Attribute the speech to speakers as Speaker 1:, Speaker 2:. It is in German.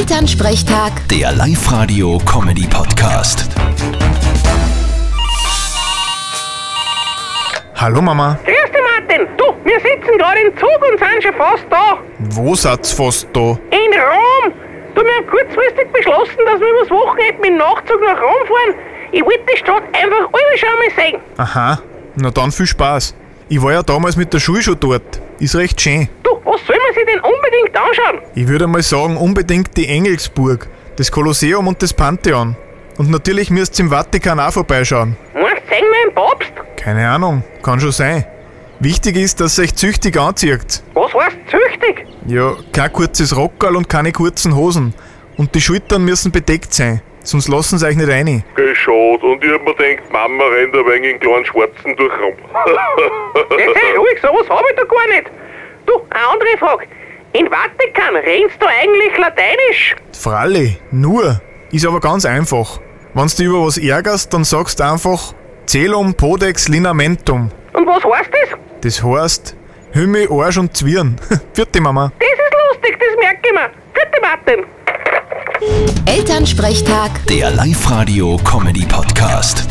Speaker 1: Elternsprechtag,
Speaker 2: Der Live-Radio-Comedy-Podcast.
Speaker 3: Hallo Mama,
Speaker 4: Grüß dich, Martin. Du, wir sitzen gerade im Zug und sind schon fast da.
Speaker 3: wo seid's fast da?
Speaker 4: In Rom. Du, wir haben kurzfristig beschlossen, dass wir übers Wochenende mit dem Nachzug nach Rom fahren. Ich wollte die Stadt einfach alle schon mal sehen.
Speaker 3: Aha, na dann viel Spaß. Ich war ja damals mit der Schule schon dort. Ist recht schön.
Speaker 4: Du, was soll man sich denn unbedingt anschauen?
Speaker 3: Ich würde mal sagen, unbedingt die Engelsburg, das Kolosseum und das Pantheon. Und natürlich müsst's im Vatikan auch vorbeischauen.
Speaker 4: Meinst du, sehen wir den Papst?
Speaker 3: Keine Ahnung, kann schon sein. Wichtig ist, dass ihr euch züchtig anzieht.
Speaker 4: Was heißt züchtig?
Speaker 3: Ja, kein kurzes Rockerl und keine kurzen Hosen. Und die Schultern müssen bedeckt sein, sonst lassen sie euch nicht rein.
Speaker 5: Geh schade. Und ich hab mir gedacht, Mama rennt ein wenig in kleinen Schwarzen durch rum.
Speaker 4: Jetzt sei ruhig, sowas habe ich da gar nicht. Du, eine andere Frage. In Vatikan redest du eigentlich Lateinisch?
Speaker 3: Fralle, nur. Ist aber ganz einfach. Wenn du dich über was ärgerst, dann sagst du einfach Celum Podex Linamentum.
Speaker 4: Und was heißt das?
Speaker 3: Das heißt, Hümme, Arsch und Zwirn. Vierte Mama.
Speaker 4: Das ist lustig, das merke ich mir. Bitte, Martin.
Speaker 1: Elternsprechtag.
Speaker 2: Der Live-Radio-Comedy-Podcast.